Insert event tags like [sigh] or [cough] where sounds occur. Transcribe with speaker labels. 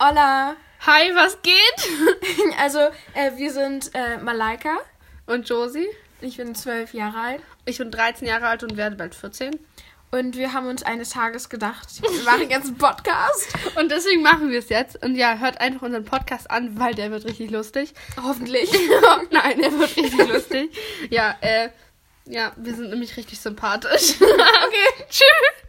Speaker 1: Hola! [laughs]
Speaker 2: Hi, was geht? [laughs]
Speaker 1: Also, äh, wir sind äh, Malaika.
Speaker 2: Und Josie?
Speaker 1: Ich bin zwölf Jahre alt.
Speaker 2: Ich bin 13 Jahre alt und werde bald 14.
Speaker 1: Und wir haben uns eines Tages gedacht, wir machen jetzt einen Podcast.
Speaker 2: Und deswegen machen wir es jetzt. Und ja, hört einfach unseren Podcast an, weil der wird richtig lustig. [laughs]
Speaker 1: Hoffentlich.
Speaker 2: Nein, der wird richtig lustig. Ja, äh, ja, wir sind nämlich richtig sympathisch. okay, tschüss.